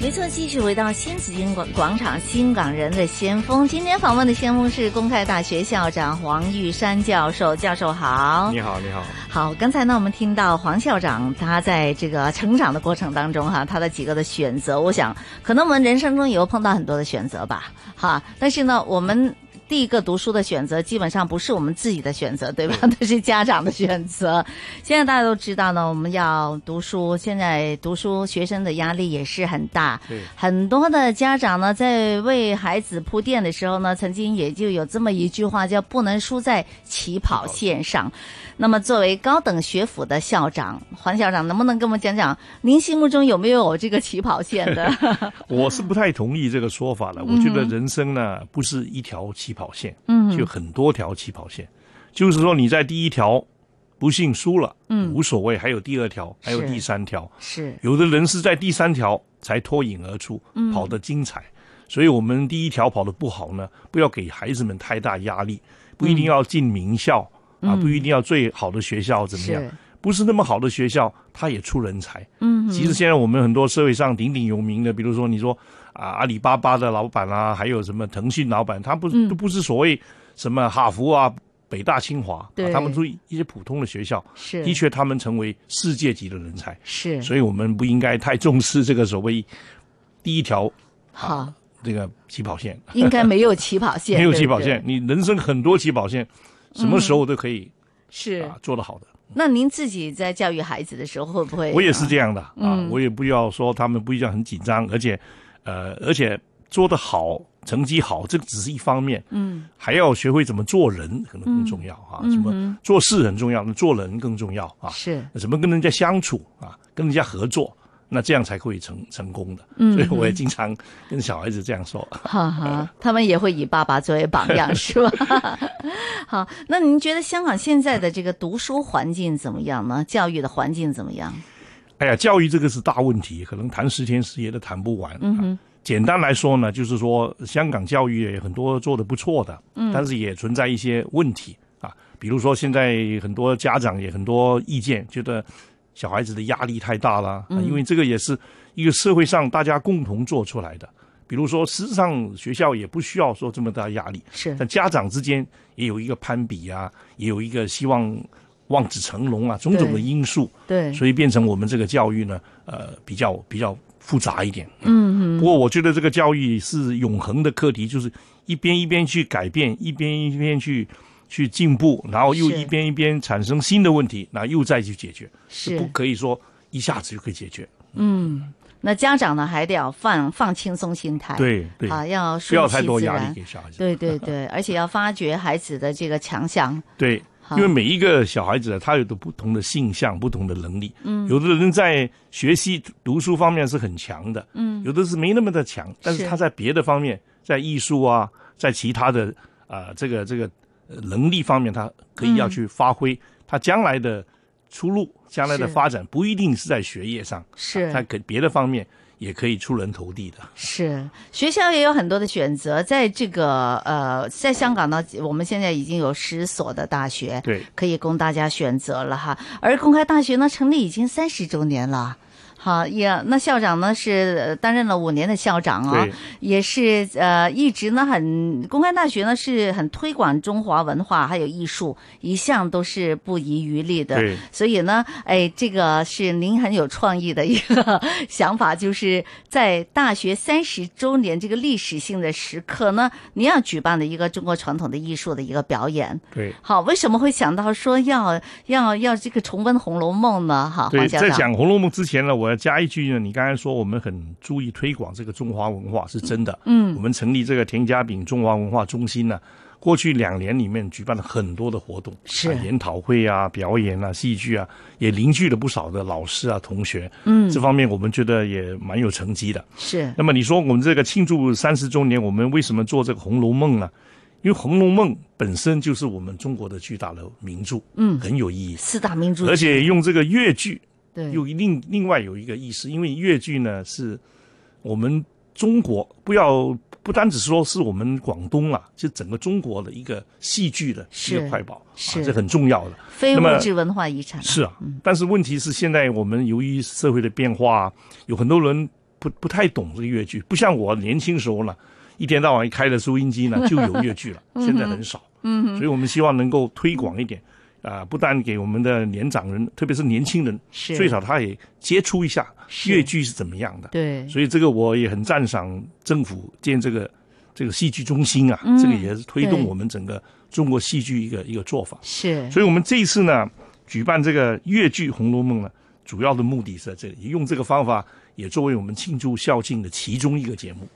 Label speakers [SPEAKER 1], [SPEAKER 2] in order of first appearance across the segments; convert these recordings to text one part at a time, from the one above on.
[SPEAKER 1] 没错，继续回到新紫金广广场，新港人的先锋。今天访问的先锋是公开大学校长黄玉山教授。教授好，
[SPEAKER 2] 你好，你好。
[SPEAKER 1] 好，刚才呢，我们听到黄校长他在这个成长的过程当中哈，他的几个的选择，我想可能我们人生中也会碰到很多的选择吧，哈。但是呢，我们第一个读书的选择基本上不是我们自己的选择，对吧？ 那是家长的选择。现在大家都知道呢，我们要读书，现在读书学生的压力也是很大。
[SPEAKER 2] 对，
[SPEAKER 1] 很多的家长呢，在为孩子铺垫的时候呢，曾经也就有这么一句话叫“不能输在起跑线上”。那么，作为高等学府的校长黄校长，能不能跟我们讲讲您心目中有没有这个起跑线 的？
[SPEAKER 2] 我是不太同意这个说法了。我觉得人生呢，不是一条起跑线，
[SPEAKER 1] 嗯
[SPEAKER 2] 就很多条起跑线。就是说，你在第一条不幸输了，
[SPEAKER 1] 嗯
[SPEAKER 2] 无所谓，还有第二条，还有
[SPEAKER 1] 是
[SPEAKER 2] 第三条。
[SPEAKER 1] 是，
[SPEAKER 2] 有的人是在第三条才脱颖而出，
[SPEAKER 1] 嗯
[SPEAKER 2] 跑得精彩。所以我们第一条跑得不好呢，不要给孩子们太大压力，不
[SPEAKER 1] 嗯
[SPEAKER 2] 一定要进名校、啊，不一定要最好的学校 怎么样
[SPEAKER 1] 是。
[SPEAKER 2] 不是那么好的学校，它也出人才。
[SPEAKER 1] 嗯
[SPEAKER 2] 其实现在我们很多社会上鼎鼎有名的，比如说你说啊，阿里巴巴的老板啊，还有什么腾讯老板，他不
[SPEAKER 1] 嗯
[SPEAKER 2] 都不是所谓什么哈佛啊、北大、清华，啊
[SPEAKER 1] 对
[SPEAKER 2] 他们都一些普通的学校，
[SPEAKER 1] 是，
[SPEAKER 2] 的确他们成为世界级的人才。
[SPEAKER 1] 是
[SPEAKER 2] 所以我们不应该太重视这个所谓第一条
[SPEAKER 1] 好，
[SPEAKER 2] 这个起跑线，
[SPEAKER 1] 应该没有起跑线，
[SPEAKER 2] 没有
[SPEAKER 1] 对嗯
[SPEAKER 2] 起
[SPEAKER 1] 不
[SPEAKER 2] 跑
[SPEAKER 1] 对
[SPEAKER 2] 线，你人生很多起跑线，什么时候都可以
[SPEAKER 1] 是
[SPEAKER 2] 啊。做得好的。
[SPEAKER 1] 那您自己在教育孩子的时候，会不会？
[SPEAKER 2] 我也是这样的啊
[SPEAKER 1] 嗯，
[SPEAKER 2] 我也不要说他们不一定很紧张，而且呃，而且做得好，成绩好，这个只是一方面，
[SPEAKER 1] 嗯，
[SPEAKER 2] 还要学会怎么做人，可能更重要啊。什么做事很重要，那做人更重要啊。
[SPEAKER 1] 是
[SPEAKER 2] 怎么跟人家相处啊，跟人家合作，那这样才会成成功的。
[SPEAKER 1] 嗯
[SPEAKER 2] 所以我也经常跟小孩子这样说。
[SPEAKER 1] 哈
[SPEAKER 2] 哎
[SPEAKER 1] 哈，他们也会以爸爸作为榜样，是 吧？好，那您觉得香港现在的这个读书环境怎么样呢？教育的环境怎么样？
[SPEAKER 2] 哎呀，教育这个是大问题，可能谈十天十夜都谈不完。嗯简单来说呢，就是说香港教育也很多做的不错的，嗯，但是也存在一些问题啊，比如说现在很多家长也很多意见，觉得小孩子的压力太大了，啊因为这个也是一个社会上大家共同做出来的。比如说，实际上学校也不需要说这么大压力，
[SPEAKER 1] 是
[SPEAKER 2] 但家长之间也有一个攀比啊，也有一个希望望子成龙啊，种种的
[SPEAKER 1] 对
[SPEAKER 2] 因素。
[SPEAKER 1] 对，
[SPEAKER 2] 所以变成我们这个教育呢，呃，比较比较复杂一点。嗯嗯。不过我觉得这个教育是永恒的课题，就是一边一边去改变，一边一边去去进步，然后又
[SPEAKER 1] 是
[SPEAKER 2] 一边一边产生新的问题，然后又再去解决，不
[SPEAKER 1] 是。
[SPEAKER 2] 可以说一下子就可以解决。
[SPEAKER 1] 那家长呢，还得要放放轻松心态，
[SPEAKER 2] 对对，
[SPEAKER 1] 啊，要
[SPEAKER 2] 不
[SPEAKER 1] 顺
[SPEAKER 2] 要
[SPEAKER 1] 其
[SPEAKER 2] 太多
[SPEAKER 1] 自
[SPEAKER 2] 压
[SPEAKER 1] 然
[SPEAKER 2] 力给小孩子。
[SPEAKER 1] 对对 对，而且要发掘孩子的这个强项，
[SPEAKER 2] 对，
[SPEAKER 1] 好
[SPEAKER 2] 因为每一个小孩子啊他有的不同的性向、不同的能力。嗯，有的人在学习读书方面是很强的，嗯，有的是没那么的强，但是
[SPEAKER 1] 是
[SPEAKER 2] 他在别的方面，在艺术啊，在其他的啊、这个这个呃能力方面，他可以要去发挥、他将来的出路、将来的
[SPEAKER 1] 是
[SPEAKER 2] 发展，不一定是在学业上，
[SPEAKER 1] 是
[SPEAKER 2] 他可别的方面也可以出人头地的。
[SPEAKER 1] 是，学校也有很多的选择，在这个呃，在香港呢，我们现在已经有十所的大学，
[SPEAKER 2] 对
[SPEAKER 1] 可以供大家选择了哈。而公开大学呢，成立已经三十周年了。好，也那校长呢是呃担任了五年的校长啊、
[SPEAKER 2] 对
[SPEAKER 1] 也是呃一直呢很公开大学呢是很推广中华文化还有艺术，一向都是不遗余力的。
[SPEAKER 2] 对
[SPEAKER 1] 所以呢，哎，这个是您很有创意的一个想法，就是在大学三十周年这个历史性的时刻呢，您要举办的一个中国传统的艺术的一个表演。
[SPEAKER 2] 对。
[SPEAKER 1] 好，为什么会想到说要要要这个重温《红楼梦》呢？哈，
[SPEAKER 2] 对，
[SPEAKER 1] 黄校
[SPEAKER 2] 在
[SPEAKER 1] 长
[SPEAKER 2] 讲《红楼梦》之前呢，我要加一句呢，你刚才说我们很注意推广这个中华文化，是真的。嗯，我们成立这个田家炳中华文化中心呢，过去两年里面举办了很多的活动，
[SPEAKER 1] 是
[SPEAKER 2] 啊研讨会啊、表演啊、戏剧啊，也凝聚了不少的老师啊、同学。嗯，这方面我们觉得也蛮有成绩的。
[SPEAKER 1] 是
[SPEAKER 2] 那么你说我们这个庆祝三十周年，我们为什么做这个《红楼梦》呢？因为《红楼梦》本身就是我们中国的巨大的名著，嗯，很有意义。
[SPEAKER 1] 四大名著，
[SPEAKER 2] 而且用这个越剧
[SPEAKER 1] 对
[SPEAKER 2] 又另另外有一个意思，因为越剧呢是我们中国不要不单只是说是我们广东啦、是整个中国的一个戏剧的
[SPEAKER 1] 是
[SPEAKER 2] 一个快报，
[SPEAKER 1] 是
[SPEAKER 2] 啊、这很重要的。
[SPEAKER 1] 非
[SPEAKER 2] 那么
[SPEAKER 1] 物质文化遗产啊
[SPEAKER 2] 是啊，但是问题是，现在我们由于社会的变化，有很多人不不太懂这个越剧，不像我年轻时候呢，一天到晚一开了收音机呢就有越剧了，现在很少。嗯，所以我们希望能够推广一点，啊、不但给我们的年长人，特别是年轻人，
[SPEAKER 1] 是
[SPEAKER 2] 最少他也接触一下
[SPEAKER 1] 是
[SPEAKER 2] 越剧是怎么样的。
[SPEAKER 1] 对，
[SPEAKER 2] 所以这个我也很赞赏政府建这个这个戏剧中心啊，这个也是推动
[SPEAKER 1] 嗯对
[SPEAKER 2] 我们整个中国戏剧一个一个做法。
[SPEAKER 1] 是
[SPEAKER 2] 所以我们这一次呢，举办这个越剧《红楼梦》呢，主要的目的是在这里，用这个方法也作为我们庆祝孝敬的其中一个节目。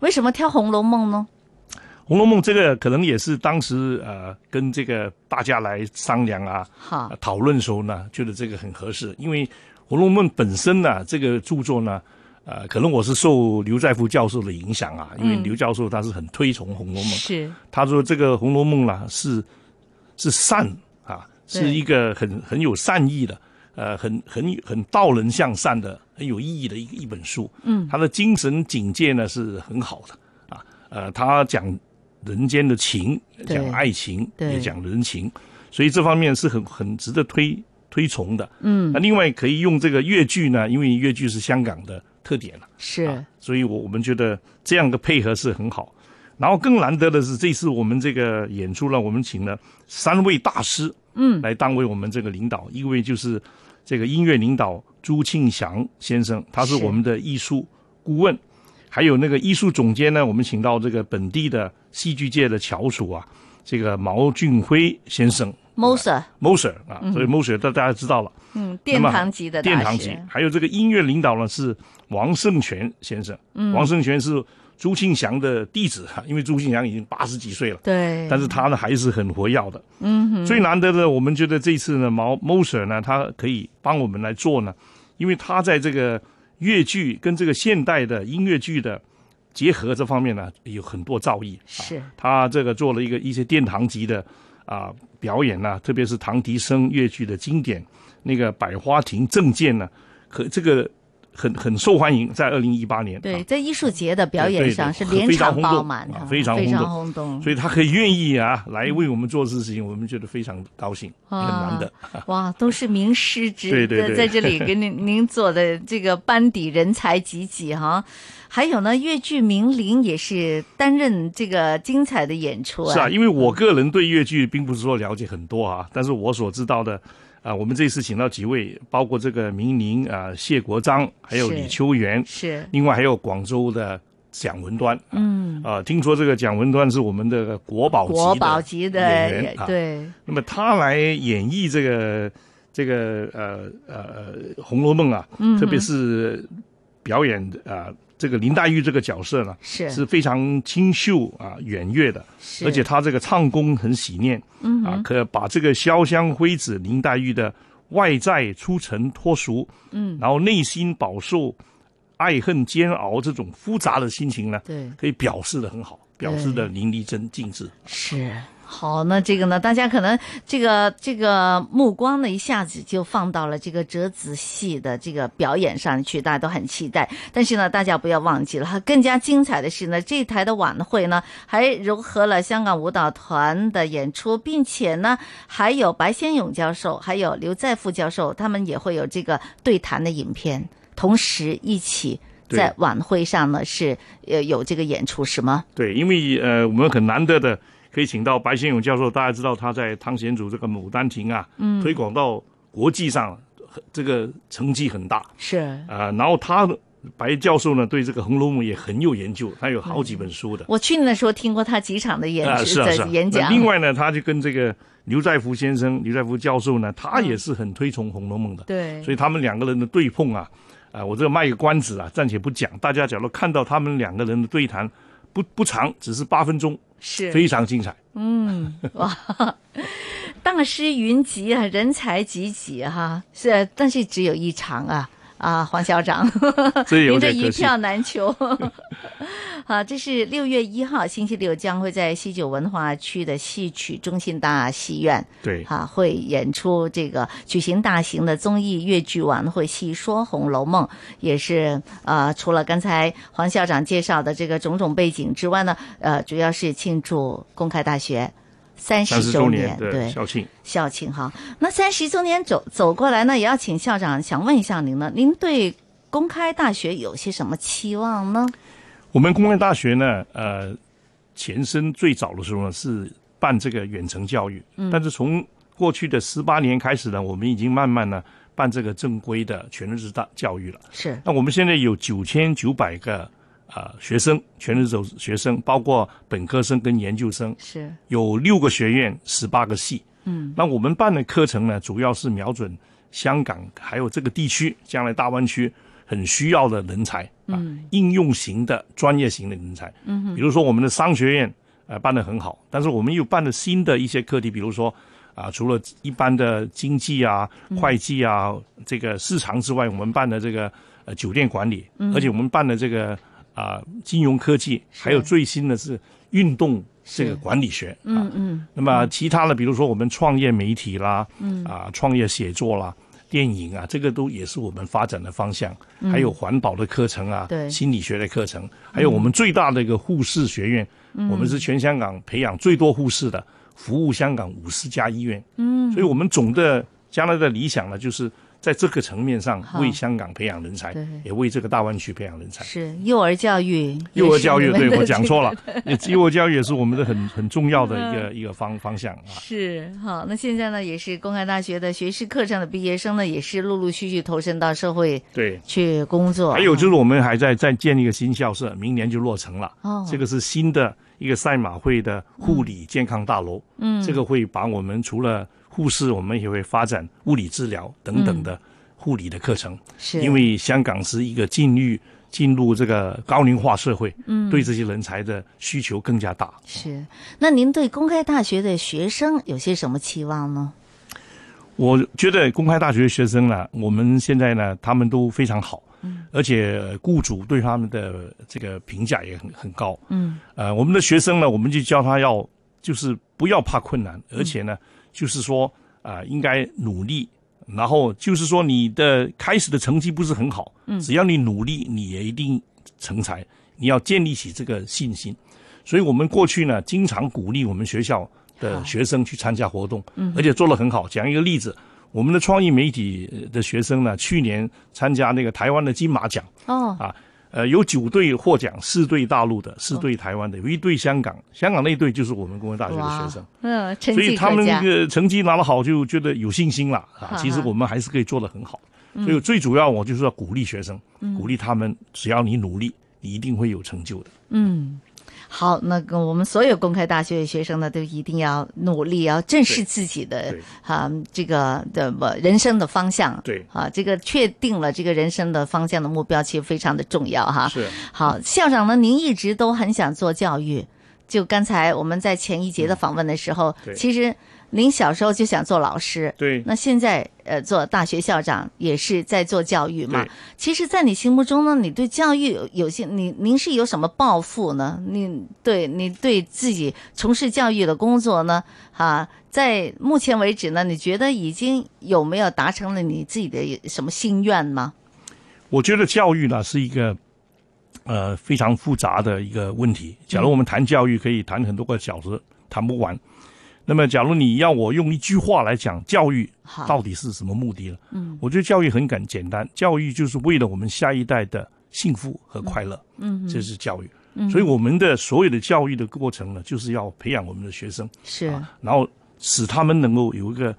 [SPEAKER 1] 为什么挑《红楼梦》呢？
[SPEAKER 2] 《红楼梦》这个可能也是当时呃跟这个大家来商量啊、
[SPEAKER 1] 哈
[SPEAKER 2] 呃，讨论的时候呢，觉得这个很合适，因为《红楼梦》本身呢，这个著作呢。呃，可能我是受刘在福教授的影响啊，因为刘教授他是很推崇《红楼梦》
[SPEAKER 1] 是
[SPEAKER 2] 他说这个《红楼梦》啦是是善啊，
[SPEAKER 1] 对
[SPEAKER 2] 是一个很很有善意的，呃，很很很道人向善的，很有意义的一一本书。嗯，他的精神警戒呢是很好的啊，呃，他讲人间的情，
[SPEAKER 1] 对
[SPEAKER 2] 讲爱情，
[SPEAKER 1] 对
[SPEAKER 2] 也讲人情，所以这方面是很很值得推推崇的。嗯，那另外可以用这个越剧呢，因为越剧是香港的特点了。
[SPEAKER 1] 是
[SPEAKER 2] 啊，所以我我们觉得这样的配合是很好。然后更难得的是，这次我们这个演出呢，我们请了三位大师，嗯，来当为我们这个领导，一位就是这个音乐领导朱庆祥先生，他是
[SPEAKER 1] 是
[SPEAKER 2] 我们的艺术顾问，还有那个艺术总监呢，我们请到这个本地的戏剧界的翘楚啊，这个毛俊辉先生
[SPEAKER 1] Moser，
[SPEAKER 2] Moser 啊，所以 Moser 大大家知道了，
[SPEAKER 1] 嗯，
[SPEAKER 2] 那
[SPEAKER 1] 殿
[SPEAKER 2] 么
[SPEAKER 1] 堂级的
[SPEAKER 2] 殿
[SPEAKER 1] 大
[SPEAKER 2] 堂级
[SPEAKER 1] 学，，
[SPEAKER 2] 还有这个音乐领导呢是王圣泉先生。
[SPEAKER 1] 嗯
[SPEAKER 2] 王圣泉是朱庆祥的弟子，哈因为朱庆祥已经八十几岁了，
[SPEAKER 1] 对，
[SPEAKER 2] 但是他呢还是很活跃的。嗯，最难得的，我们觉得这次呢，毛 Moser 呢，他可以帮我们来做呢，因为他在这个越剧跟这个现代的音乐剧的结合这方面呢，有很多造诣。啊
[SPEAKER 1] 是
[SPEAKER 2] 他这个做了一个一些殿堂级的啊、表演呐、特别是唐迪生越剧的经典那个《百花亭正见》呢，可这个很很受欢迎，在二零一八年、啊。
[SPEAKER 1] 对，在艺术节的表演上是
[SPEAKER 2] 啊对对
[SPEAKER 1] 连场爆
[SPEAKER 2] 非常轰
[SPEAKER 1] 满
[SPEAKER 2] 动
[SPEAKER 1] 哈，
[SPEAKER 2] 啊非常轰动
[SPEAKER 1] 轰动，
[SPEAKER 2] 啊所以他很愿意啊，来为我们做事情，我们觉得非常高兴，也很
[SPEAKER 1] 啊
[SPEAKER 2] 难得。
[SPEAKER 1] 哇，都是名师 之
[SPEAKER 2] 对对对
[SPEAKER 1] 在在这里跟您您做的这个班底人才济济哈。还有呢，越剧名伶也是担任这个精彩的演出
[SPEAKER 2] 是啊，因为我个人对越剧并不是说了解很多啊，但是我所知道的，啊、我们这次请到几位，包括这个明宁啊、谢国璋，还有
[SPEAKER 1] 是
[SPEAKER 2] 李秋元，
[SPEAKER 1] 是
[SPEAKER 2] 另外还有广州的蒋文端，嗯，啊、听说这个蒋文端是我们的国宝级的
[SPEAKER 1] 国宝级的
[SPEAKER 2] 演员啊，，
[SPEAKER 1] 对，
[SPEAKER 2] 那么他来演绎这个这个呃呃《红楼梦》啊，
[SPEAKER 1] 嗯
[SPEAKER 2] 特别是表演啊、呃这个林黛玉这个角色呢，
[SPEAKER 1] 是
[SPEAKER 2] 是非常清秀啊、远越的，
[SPEAKER 1] 是
[SPEAKER 2] 而且他这个唱功很洗练，嗯啊，可把这个潇湘妃子林黛玉的外在出尘脱俗，嗯，然后内心饱受爱恨煎熬这种复杂的心情呢，
[SPEAKER 1] 对
[SPEAKER 2] 可以表示的很好，表示的淋漓真尽致。
[SPEAKER 1] 是。好，那这个呢？大家可能这个这个目光呢，一下子就放到了这个折子戏的这个表演上去，大家都很期待。但是呢，大家不要忘记了，它更加精彩的是呢，这台的晚会呢，还融合了香港舞蹈团的演出，并且呢，还有白先勇教授，还有刘在富教授，他们也会有这个对谈的影片，同时一起
[SPEAKER 2] 对
[SPEAKER 1] 在晚会上呢是呃有这个演出，是吗？
[SPEAKER 2] 对，因为呃，我们很难得的可以请到白先勇教授，大家知道他在汤显祖这个《牡丹亭》啊，嗯，推广到国际上，很这个成绩很大
[SPEAKER 1] 是，
[SPEAKER 2] 啊、然后他白教授呢，对这个《红楼梦》也很有研究，他有好几本书的。
[SPEAKER 1] 我去年的时候听过他几场的演
[SPEAKER 2] 啊、
[SPEAKER 1] 出
[SPEAKER 2] 是啊
[SPEAKER 1] 在
[SPEAKER 2] 是啊。
[SPEAKER 1] 演讲
[SPEAKER 2] 那，另外呢，他就跟这个刘在福先生、刘在福教授呢，他也是很推崇《红楼梦》的。
[SPEAKER 1] 对，
[SPEAKER 2] 所以他们两个人的对碰啊，啊、我这个卖个关子啊，暂且不讲。大家假如看到他们两个人的对谈，不不长，只是八分钟，
[SPEAKER 1] 是
[SPEAKER 2] 非常精彩。
[SPEAKER 1] 大师云集啊，人才济济哈、是，但是只有一场啊。啊，黄 校长，
[SPEAKER 2] 这有
[SPEAKER 1] 您这
[SPEAKER 2] 点
[SPEAKER 1] 一
[SPEAKER 2] 可惜。
[SPEAKER 1] 票难求。 好，这是六月一号星期六将会在西九文化区的戏曲中心大戏院
[SPEAKER 2] 对，
[SPEAKER 1] 啊，会演出这个举行大型的综艺越剧晚会戏说《红楼梦》，也是呃，除了刚才黄校长介绍的这个种种背景之外呢，呃，主要是庆祝公开大学三
[SPEAKER 2] 三
[SPEAKER 1] 十
[SPEAKER 2] 十周
[SPEAKER 1] 年，
[SPEAKER 2] 的校庆，
[SPEAKER 1] 校庆哈。那三十周年走走过来呢，也要请校长想问一下您呢，您对公开大学有些什么期望呢？
[SPEAKER 2] 我们公安大学呢，呃，前身最早的时候呢是办这个远程教育，
[SPEAKER 1] 嗯
[SPEAKER 2] 但是从过去的十八年开始呢，我们已经慢慢呢办这个正规的全日制大教育了。
[SPEAKER 1] 是，
[SPEAKER 2] 那我们现在有九千九百个呃学生，全日制学生，包括本科生跟研究生，
[SPEAKER 1] 是，
[SPEAKER 2] 有六个学院，十八个系。嗯，那我们办的课程呢，主要是瞄准香港还有这个地区，将来大湾区很需要的人才啊，应用型的、专业型的人才。嗯，比如说我们的商学院呃办得很好，但是我们又办了新的一些课题，比如说啊、除了一般的经济啊、会计啊、这个市场之外，我们办的这个呃酒店管理，而且我们办的这个啊、金融科技，还有最新的是运动这个管理学。嗯嗯。那么其他的，比如说我们创业媒体啦，嗯啊，创业写作啦。电影啊，这个都也是我们发展的方向，还有环保的课程啊，
[SPEAKER 1] 对
[SPEAKER 2] 心理学的课程，还有我们最大的一个护士学院，我们是全香港培养最多护士的，服务香港五十家医院。嗯，所以我们总的将来的理想呢，就是在这个层面上
[SPEAKER 1] 好
[SPEAKER 2] 为香港培养人才
[SPEAKER 1] 对，
[SPEAKER 2] 也为这个大湾区培养人 才。
[SPEAKER 1] 是幼儿教育，
[SPEAKER 2] 幼儿教育，对我讲
[SPEAKER 1] 了。
[SPEAKER 2] 错了， 也幼儿教育也是我们的很很重要的一个一个方方向啊。
[SPEAKER 1] 嗯是好，那现在呢，也是公开大学的学士课程的毕业生呢，也是陆陆续续投身到社会
[SPEAKER 2] 对，
[SPEAKER 1] 去工作。
[SPEAKER 2] 还有就是我们还在在建立一个新校舍，明年就落成了。
[SPEAKER 1] 哦
[SPEAKER 2] 这个是新的一个赛马会的护理健康大楼。嗯，这个会把我们除了护士，我们也会发展物理治疗等等
[SPEAKER 1] 嗯
[SPEAKER 2] 的护理的课程。
[SPEAKER 1] 是
[SPEAKER 2] 因为香港是一个禁欲。进入这个高龄化社会，嗯，对这些人才的需求更加大。
[SPEAKER 1] 是，那您对公开大学的学生有些什么期望呢？
[SPEAKER 2] 我觉得公开大学学生呢，我们现在呢，他们都非常好，而且雇主对他们的这个评价也很很高，嗯，呃，我们的学生呢，我们就教他要就是不要怕困难，而且呢，就是说啊、应该努力，然后就是说你的开始的成绩不是很好，嗯，只要你努力，你也一定成才，你要建立起这个信心，所以我们过去呢，经常鼓励我们学校的学生去参加活动，而且做得很好。讲一个例子，我们的创意媒体呃的学生呢，去年参加那个台湾的金马奖，
[SPEAKER 1] 哦，
[SPEAKER 2] 啊，呃，有九队获奖，四队大陆的，四队台湾的，有一队香港，香港那一队就是我们工业大学的
[SPEAKER 1] 哇
[SPEAKER 2] 学生。，
[SPEAKER 1] 嗯，成
[SPEAKER 2] 所以
[SPEAKER 1] 绩
[SPEAKER 2] 他
[SPEAKER 1] 可
[SPEAKER 2] 们
[SPEAKER 1] 嘉
[SPEAKER 2] 那。个成绩拿得好，就觉得有信心了啊
[SPEAKER 1] 哈。嗯
[SPEAKER 2] 其实我们还是可以做得很好。所以最主要我就是要鼓励学生，鼓励他们，只要你努力，你一定会有成就的。
[SPEAKER 1] 好，那个我们所有公开大学的学生呢，都一定要努力，要正视自己的
[SPEAKER 2] 对
[SPEAKER 1] 啊这个的呃人生的方向。
[SPEAKER 2] 对
[SPEAKER 1] 啊，这个确定了这个人生的方向的目标，其实非常的重要哈。
[SPEAKER 2] 是。
[SPEAKER 1] 好，校长呢，您一直都很想做教育。就刚才我们在前一节的访问的时候，
[SPEAKER 2] 嗯对
[SPEAKER 1] 其实您小时候就想做老师，
[SPEAKER 2] 对
[SPEAKER 1] 那现在呃做大学校长也是在做教育嘛
[SPEAKER 2] 对。
[SPEAKER 1] 其实，在你心目中呢，你对教育有有些你您是有什么抱负呢？你对你对自己从事教育的工作呢，啊，在目前为止呢，你觉得已经有没有达成了你自己的什么心愿吗？
[SPEAKER 2] 我觉得教育呢是一个呃非常复杂的一个问题。假如我们谈教育，可以谈很多个小时，谈不完。那么，假如你要我用一句话来讲教育
[SPEAKER 1] 好
[SPEAKER 2] 到底是什么目的了？嗯，我觉得教育很简简单，教育就是为了我们下一代的幸福和快乐。嗯，这是教育。嗯，所以我们的所有的教育的过程呢，就是要培养我们的学生，
[SPEAKER 1] 是、
[SPEAKER 2] 然后使他们能够有一个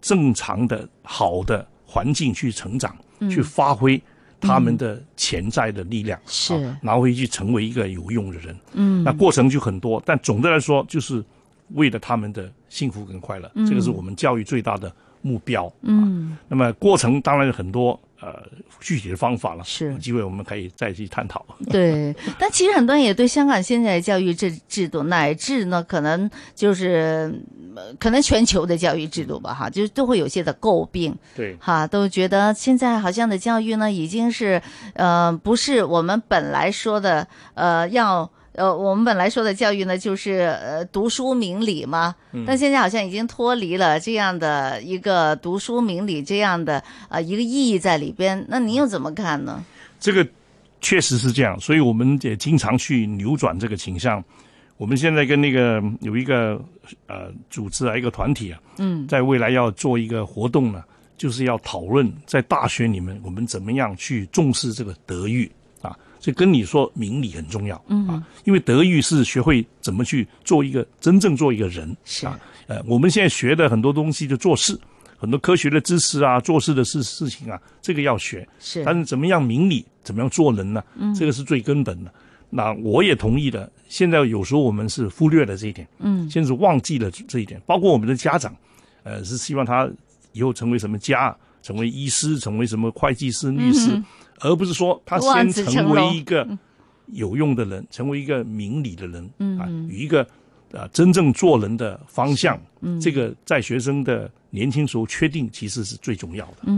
[SPEAKER 2] 正常的、好的环境去成长，
[SPEAKER 1] 嗯
[SPEAKER 2] 去发挥他们的潜在的力量，
[SPEAKER 1] 是
[SPEAKER 2] 啊拿回去成为一个有用的人。嗯，那过程就很多，但总的来说，就是为了他们的幸福
[SPEAKER 1] 嗯
[SPEAKER 2] 啊跟快乐，这个是我们教育最大的目标。嗯，那么过程当然有很多，呃具体的方法了。
[SPEAKER 1] 是嗯
[SPEAKER 2] 有机会我们可以再去探讨。
[SPEAKER 1] 对，但其实很多人也对香港现在教育制制度，乃至呢可能就是呃可能全球的教育制度吧，哈，就是都会有些的诟病，
[SPEAKER 2] 对，
[SPEAKER 1] 哈，都觉得现在好像的教育呢已经是呃不是我们本来说的呃要。呃，我们本来说的教育呢，就是呃读书明理嘛，但现在好像已经脱离了这样的一个读书明理这样的呃一个意义在里边。那您又怎么看呢？
[SPEAKER 2] 这个确实是这样，所以我们也经常去扭转这个倾向。我们现在跟那个有一个呃组织啊，一个团体啊，嗯，在未来要做一个活动呢，就是要讨论在大学里面我们怎么样去重视这个德育啊。所以跟你说明理很重要，嗯啊，因为德育是学会怎么去做一个真正做一个人，
[SPEAKER 1] 是
[SPEAKER 2] 啊，呃，我们现在学的很多东西就做事，很多科学的知识啊，做事的事事情啊，这个要学，
[SPEAKER 1] 是
[SPEAKER 2] 但是嗯怎么样明理，怎么样做人呢？这个是最根本的。那我也同意的。现在有时候我们是忽略了这一点，嗯，甚至忘记了这一点。包括我们的家长，呃，是希望他以后成为什么家，成为医师，成为什么会计师、律师，而不是说他
[SPEAKER 1] 望
[SPEAKER 2] 先
[SPEAKER 1] 子
[SPEAKER 2] 成
[SPEAKER 1] 成龙
[SPEAKER 2] 为一个有用的人，成为一个明理的人，嗯啊，与一个呃真正做人的方向，嗯，这个在学生的年轻时候确定其实是最重要的。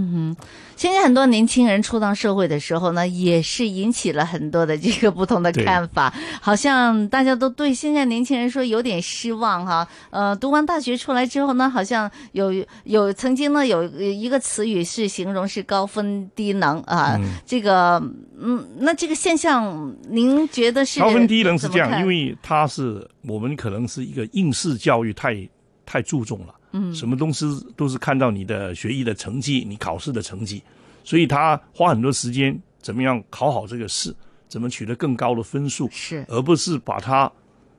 [SPEAKER 1] 现在很多年轻人初到社会的时候呢，也是引起了很多的这个不同的
[SPEAKER 2] 对
[SPEAKER 1] 看法，好像大家都对现在年轻人说有点失望哈。呃，读完大学出来之后呢，好像有有曾经呢有一个词语是形容是高分低能啊，这个嗯，那这个现象您觉得是
[SPEAKER 2] 高分低能是
[SPEAKER 1] 怎么
[SPEAKER 2] 这样，
[SPEAKER 1] 看
[SPEAKER 2] 因为它是我们可能是一个应试教育太太注重了，嗯，什么东西都是看到你的学艺的成绩，你考试的成绩，所以他花很多时间怎么样考好这个试，怎么取得更高的分数，
[SPEAKER 1] 是
[SPEAKER 2] 而不是把他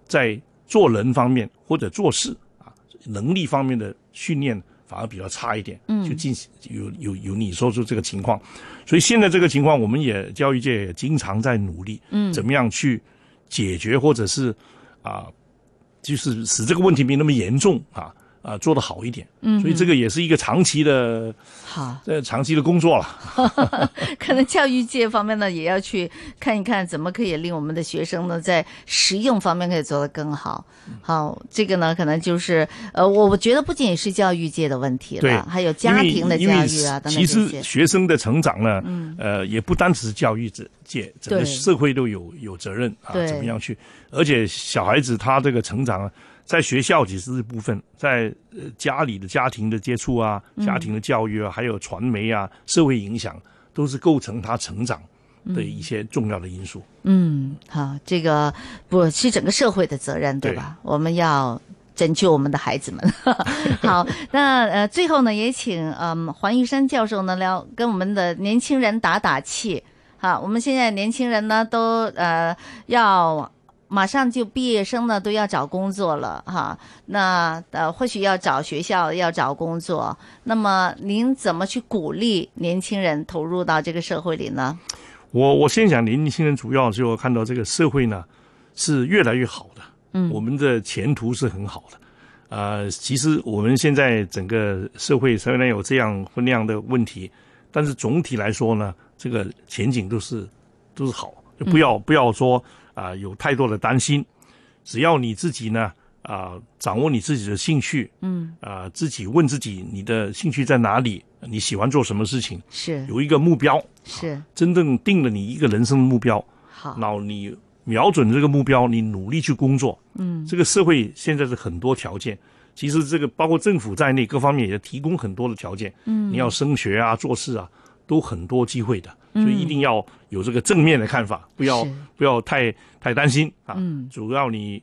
[SPEAKER 2] 在做人方面或者做事啊能力方面的训练反而比较差一点，嗯，就进行有有有你说出这个情况，所以现在这个情况，我们也教育界也经常在努力，嗯，怎么样去解决或者是啊、就是使这个问题没那么严重啊啊做得好一点，嗯，所以这个也是一个长期的
[SPEAKER 1] 好。
[SPEAKER 2] 呃长期的工作了。
[SPEAKER 1] 可能教育界方面呢，也要去看一看怎么可以令我们的学生呢，在实用方面可以做得更好。
[SPEAKER 2] 嗯
[SPEAKER 1] 好，这个呢，可能就是呃，我我觉得不仅是教育界的问题
[SPEAKER 2] 对
[SPEAKER 1] 了，还有家庭的
[SPEAKER 2] 因为
[SPEAKER 1] 教
[SPEAKER 2] 因
[SPEAKER 1] 育
[SPEAKER 2] 为
[SPEAKER 1] 啊等等
[SPEAKER 2] 其
[SPEAKER 1] 这
[SPEAKER 2] 实
[SPEAKER 1] 些。嗯
[SPEAKER 2] 学生的成长呢，呃，也不单只是教育者界，整
[SPEAKER 1] 对
[SPEAKER 2] 个社会都有有责任啊，
[SPEAKER 1] 对
[SPEAKER 2] 怎么样去？而且小孩子他这个成长啊，在学校只是一部分，在呃家里的家庭的接触啊，家庭的教
[SPEAKER 1] 嗯
[SPEAKER 2] 育啊，还有传媒啊，社会影响，都是构成他成长的一些重要的因素。
[SPEAKER 1] 嗯，好，这个不是整个社会的责任，对
[SPEAKER 2] 对
[SPEAKER 1] 吧？我们要。拯救我们的孩子们。好，那呃，最后呢，也请嗯黄玉山教授呢聊，跟我们的年轻人打打气。好，我们现在年轻人呢都呃要马上就毕业生呢都要找工作了哈，那呃或许要找学校要找工作，那么您怎么去鼓励年轻人投入到这个社会里呢？
[SPEAKER 2] 我我先讲年轻人，主要就看到这个社会呢是越来越好的，嗯，我们的前途是很好的。呃，其实我们现在整个社会虽然有这样或那样的问题，但是总体来说呢，这个前景都是都是好，就不要不要说啊、有太多的担心，只要你自己呢啊、掌握你自己的兴趣，嗯，啊自己问自己你的兴趣在哪里，你喜欢做什么事情，
[SPEAKER 1] 是
[SPEAKER 2] 有一个目标，
[SPEAKER 1] 是，
[SPEAKER 2] 真正定了你一个人生的目标，
[SPEAKER 1] 好，
[SPEAKER 2] 然后你瞄准这个目标，你努力去工作。嗯，这个社会现在是很多条件，其实这个包括政府在内，各方面也提供很多的条件。嗯，你要升学啊、做事啊，都很多机会的，所以一定要有这个正面的看法，不要
[SPEAKER 1] 是
[SPEAKER 2] 不要太太担心啊。嗯，主要你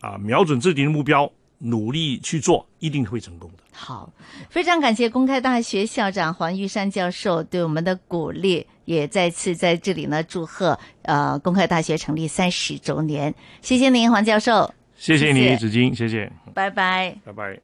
[SPEAKER 2] 啊瞄准自己的目标，努力去做，一定会成功的。
[SPEAKER 1] 好，非常感谢公开大学校长黄玉山教授对我们的鼓励，也再次在这里呢祝贺呃公开大学成立三十周年，谢谢您，黄教授，
[SPEAKER 2] 谢谢你，
[SPEAKER 1] 谢谢
[SPEAKER 2] 子金，谢谢，
[SPEAKER 1] 拜拜。
[SPEAKER 2] 拜拜。